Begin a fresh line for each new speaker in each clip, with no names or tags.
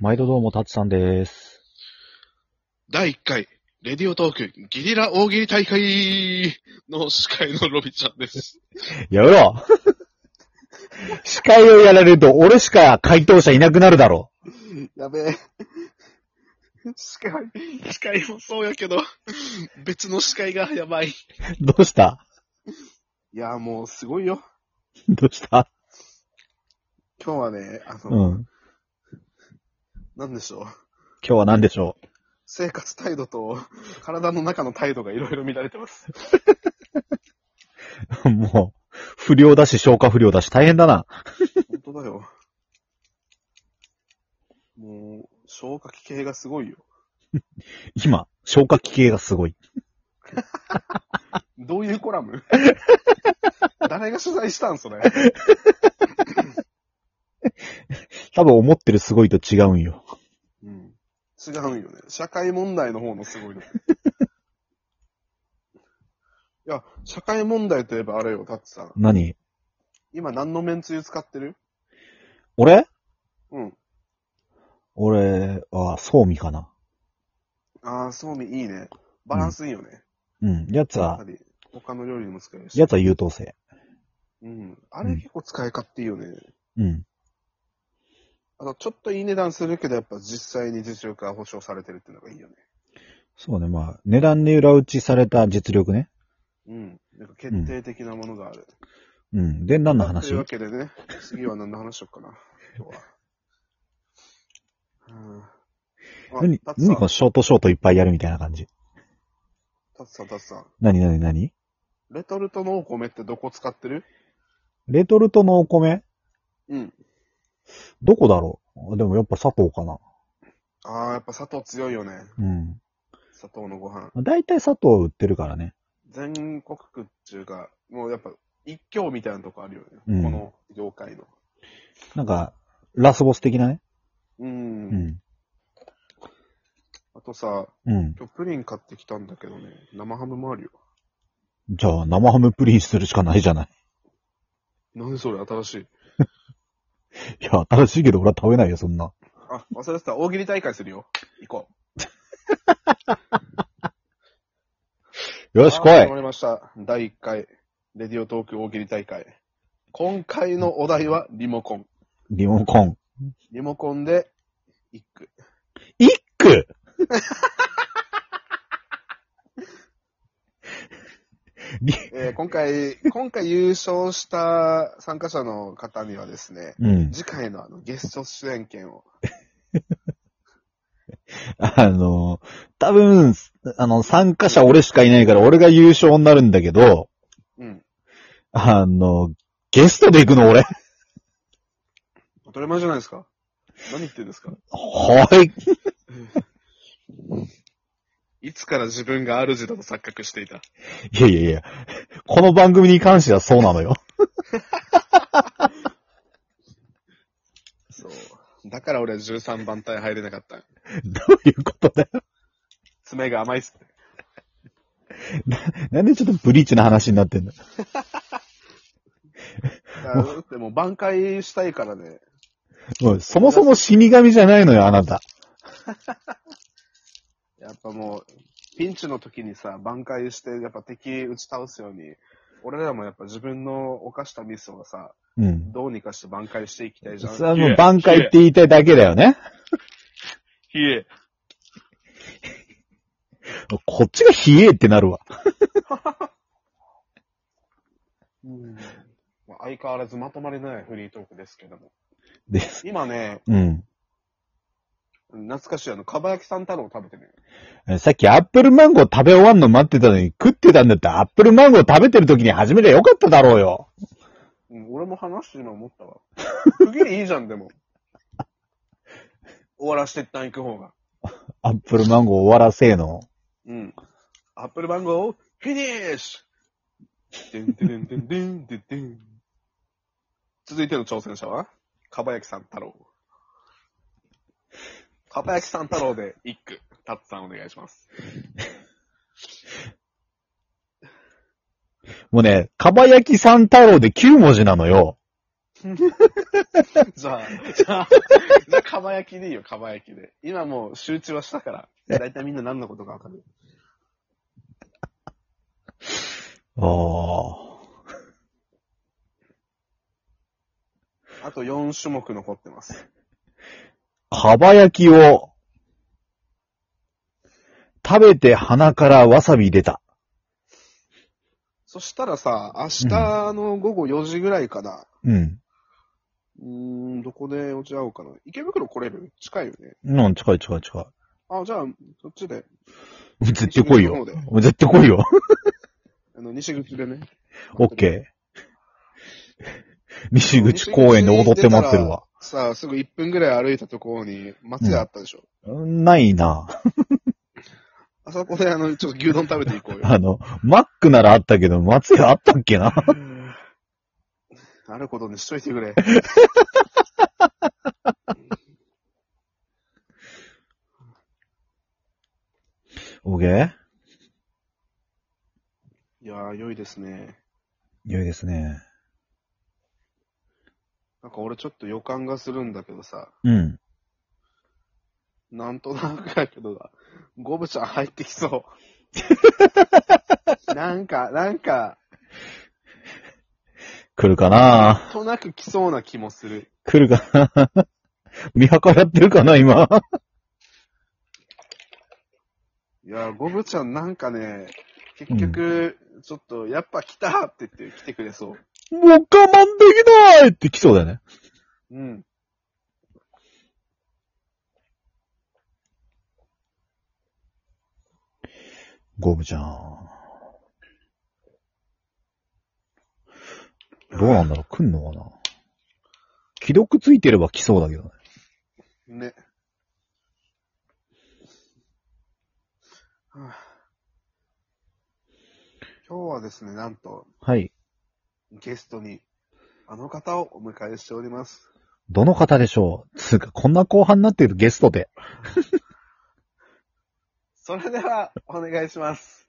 毎度どうも、たつさんです。
第1回、レディオトーク、ゲリラ大喜利大会の司会のロビちゃんです。
やめろ 司会をやられると、俺しか回答者いなくなるだろ。
やべえ。司会、司会もそうやけど、別の司会がやばい。いう
どうした
や、もうすごいよ。
どうした
今日はね、あ
うん。
の、
今
なんでしょう。
日は何でしょ
生活態度と体の中の態度がいろいろ乱れてます。
う もう、不良だし、消化不良だし、大変だな。
本当だよ。もう、消化器系がすごいよ。
今、消化器系がすごい。
どういうコラム 誰が取材したんそれ。
多分思ってるすごいと違うんよ。
うん。違うんよね。社会問題の方の すごいの。いや、社会問題といえばあれよ、タッチさん。
何
今何のめんつゆ使ってる
俺
うん。
俺は、そうみかな。
ああ、そうみ、いいね。バランスいいよね。
うん。やつ
やっぱ
は、
り、他の料理にも使えるし。
やつは優等生。
うん。あれ結構使い勝手いいよね。
うん。
あと、ちょっといい値段するけど、やっぱ実際に実力が保証されてるっていうのがいいよね。
そうね、まあ、値段に裏打ちされた実力ね。
うん。なんか決定的なものがある。
うん。で、何の話
というわけでね、次は何の話しようか な、今日は。うんあ
何、
タツさ
何この
ん、
ショートショートいっぱいやるみたいな感じ。
タツさん、タツさん。
何何何
レトルトのお米ってどこ使ってる
レトルトのお米
うん。
どこだろうでもやっぱ砂糖かな。
ああ、やっぱ砂糖強いよね。
うん。
砂糖のご飯。
だいたい砂糖売ってるからね。
全国区っていうか、もうやっぱ、一強みたいなとこあるよね。
うん
この業界の。
なんか、ラスボス的なね。
うん。
うん。
あとさ、
うん。
今日プリン買ってきたんだけどね、生ハムもあるよ。
じゃあ、生ハムプリンするしかないじゃない。
何それ、新しい。
いや、新しいけど俺は食べないよ、そんな。
あ、忘れてた。大喜利大会するよ。行こう。
よし、
はい
来
始ま
い
りました。第1回、レディオトーク大喜利大会。今回のお題はリモコン。
リモコン。
リモコンで一句。
一句リ
えー今回、 今回優勝した参加者の方にはですね、
うん。
次回のあのゲスト出演権を。
あの、多分、あの、参加者俺しかいないから俺が優勝になるんだけど、
うん。
あの、ゲストで行くの俺
当たり前じゃないですか。何言ってんですか
はい。
いつから自分が主だと錯覚していた。
いやいやいや、この番組に関してはそうなのよ。
そう。だから俺は13番隊入れなかった。
どういうことだよ。
爪が甘い っす。
なんでちょっとブリーチの話になってんの
だってもう挽回したいからね。
もうそもそも死神じゃないのよ、あなた。
やっぱもう、ピンチの時にさ、挽回して、やっぱ敵打ち倒すように、俺らもやっぱ自分の犯したミスをさ、
うん。
どうにかして挽回していきたいじゃん。
それはもう挽回って言いたいだけだよね。
ひえ。
こっちが冷えってなるわ。
うん。まあ、相変わらずまとまれないフリートークですけども。
です。
今ね、
うん。
懐かしいあの、かば焼きさん太郎食べてね。
えさっきアップルマンゴー食べ終わんの待ってたのに食ってたんだったらアップルマンゴー食べてる時に始めりゃよかっただろうよ。
うん、俺も話して今思っ たわ。すげえいいじゃん、でも。終わらして一旦行く方が。
アップルマンゴー終わらせえの。
うん。アップル番号をフィニッシュでんでんでんでんでんでん。続いての挑戦者は、かばやきさん太郎。かばやきさん太郎で一句、たつさんお願いします。
もうね、かば焼き三太郎で9文字なのよ。
じゃあ、じゃあ、じゃあ、かば焼きでいいよ、かば焼きで。今もう集中はしたから、だいたいみんな何のことかわかる。
あ
あと4種目残ってます。
あ。かば焼きを、食べて鼻からわさび入れた。
そしたらさ、明日の午後4時ぐらいかな。
うん。
うーん、どこで落ち合おうかな。池袋来れる近いよね。
うん、近い近い近い。
あ、じゃあ、そっちで。
絶対来い
西口の方
よ
で。
絶対来いよ。
あの、西口でね。
オッケー。西口公園で踊って待ってるわ。
さあ、すぐ1分ぐらい歩いたところに、松屋あったでしょ。
うんないな。
あそこで、あの、ちょっと牛丼食べていこう よ。
あの、マックならあったけど、松屋あったっけな。
あることにしといてくれ。
オッケー
いやー、良いですね。
良いですね。
なんか俺ちょっと予感がするんだけどさ、
うん。
なんとなくだけどな、ゴブちゃん入って きそう。なんか、なんか、
来るか
なん
な
となく来そうな気もする。
来るかな見計らってるかな今。
いやー、ゴブちゃんなんかね、結局、ちょっと、やっぱ来たって言って来てくれそう。
もう我慢できないって来そうだよね。
うん。
ゴブちゃん。どうなんだろう来んのかな既読ついてれば来そうだけどね。
ね。はあ今日はですね、なんと、
はい。
ゲストに、あの方をお迎えしております。
どの方でしょうつうか、こんな後半になってるゲストで。
それでは、お願いします。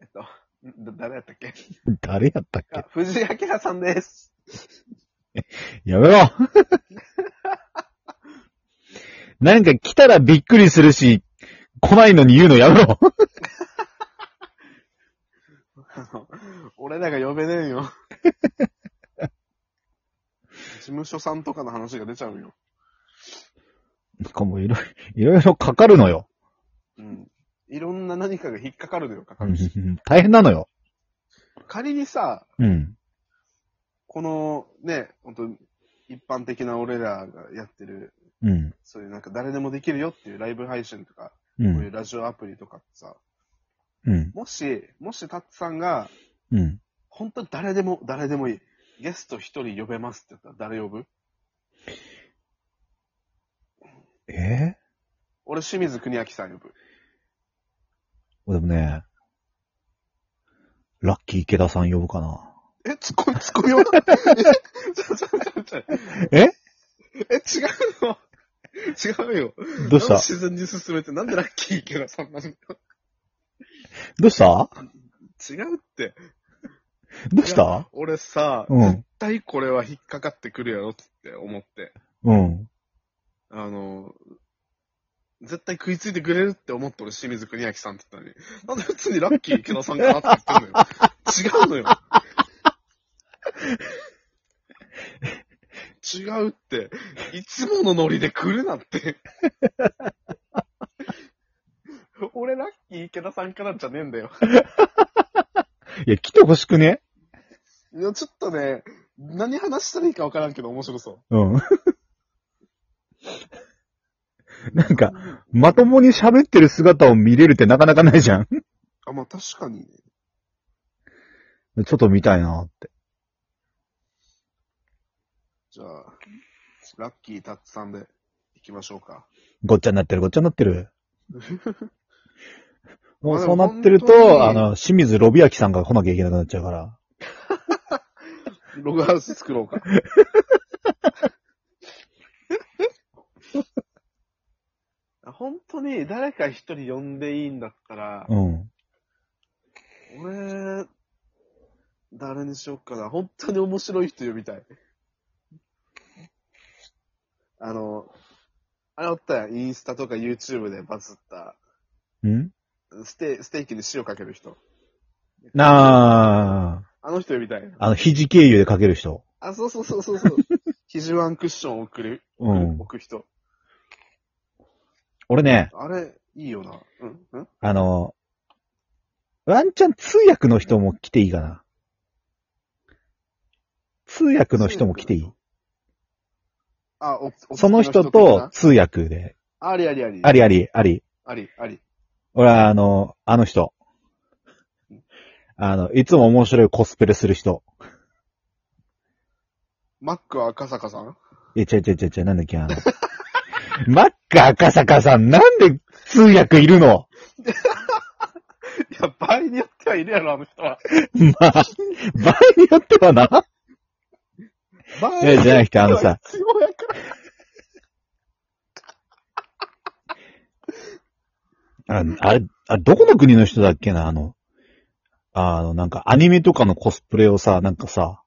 えっと、ん誰やったっけ
誰やったっ
あ、藤井明さんです。
けやめろ なんか来たらびっくりするし、来ないのに言うのやめろ
あの 俺らが呼べねえよ。 事務所さんとかの話が出ちゃうよ。
なんかもういろいろ、いろいろかかるのよ。
うん。いろんな何かが引っかかるのよ、かか
う
るし。
ん大変なのよ。
仮にさ、
うん。
このね、本当一般的な俺らがやってる、
うん。
そういうなんか誰でもできるよっていうライブ配信とか、
う。
こういうんラジオアプリとかってさ、
うん。
もし、もしタッツさんが、
うん。
本当誰でも、誰でもいい。ゲスト一人呼べますって言ったら誰呼ぶ
え
俺、清水国明さん呼ぶ。
ーでもね、ラッキー池田さん呼ぶかな。
え、ツッ コミ、ツッコミ呼ぶえちょちょちょちょ
え
え、違うの違うよ。
どうし
な
た
んで自然に進めて、なんでラッキー池田さんなの
どうした
違うって。
どうした
俺さ、
うん
絶対これは引っかかってくるやろって思って。
うん。
あの、絶対食いついてくれるって思って俺、清水国明さんって言ったのに。なんで普通にラッキー池田さんかなって言ってんのよ。違うのよ。違うって、いつものノリで来るなって。俺、ラッキー池田さんからじゃねえんだよ。
いや、来てほしくね
いや、ちょっとね、何話したらいいかわからんけど面白そう。
うん。 なんか、まともに喋ってる姿を見れるってなかなかないじゃん。
あ、まあ確かにね。
ちょっと見たいなって。
じゃあ、ラッキータッツさんで行きましょうか。
ごっちゃになってる、ごっちゃになって る。もう
まあ
そうなってる
でも本当に
と、あの、清水ロビアキさんが来なきゃいけなくなっちゃうから。
ログハウス作ろうか。 本当に誰か一人呼んでいいんだったら、
うん。
俺、誰にしよっかな。本当に面白い人呼びたい。あの、あれおったやん、インスタとか YouTube でバズった、
ん
ステステーキに塩かける人。
あー、
あの人みたいな。
あの、肘経由でかける人。
あ、そうそうそう そうそう。肘ワンクッションを送る、
うん
置。く人。
俺ね、
あれ、いいよな。うんうん
あの、ワンチャン通訳の人も来ていいかな。通訳の人も来ていい。
あ、お、お
その人と通訳で。
ありありあり。
ありあり、あり。
あり、あり。
俺はあの、あの人。あの、いつも面白いコスプレする人。
マックは赤坂さん
え、ちゃちゃちゃちゃ、なんだっけ、あ の。マッカ赤坂さん、なんで通訳いるの
いや、場合によってはいるやろ、あの人は。
まあ、場合によっては な。
場合
いやじゃなくてあのさ。
必要やから。
ああれ、あれどこの国の人だっけな、あの、あの、なんかアニメとかのコスプレをさ、なんかさ、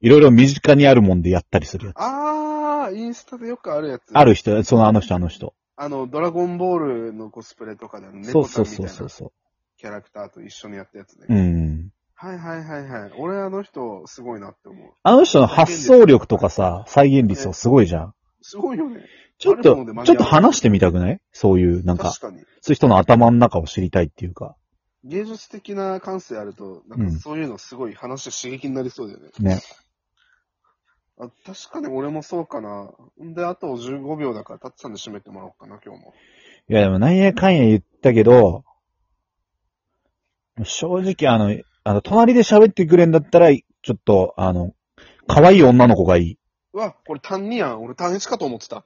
いろいろ身近にあるもんでやったりするやつ。
あー、インスタでよくあるやつ。
ある人、そのあの人、あの人。
あの、ドラゴンボールのコスプレとかで、ね、
そ
猫
う
さ
そ
ん
う
みたい
そうそ
な
うそ
キャラクターと一緒にやったやつね。
う。うん。
はいはいはいはい。俺あの人、すごいなって思う。
あの人の発想力とかさ、再現率はすごいじゃん。
すごいよね。
ちょっ
あれも
と
で間に合、う
ちょっと話してみたくないそういう、なんか、
確かに。
そういう人の頭の中を知りたいっていうか。
芸術的な感性あると、なんかそういうのすごい話して刺激になりそうだよね。
ね。
あ確かに俺もそうかな。んで、あと15秒だから、たっさんで締めてもらおうかな、今日も。
いやでもなんやかんや言ったけど、正直あの、あの、隣で喋ってくれんだったら、ちょっと、あの、可愛い女の子がいい。
うわ、これ単2やん。俺単1かと思ってた。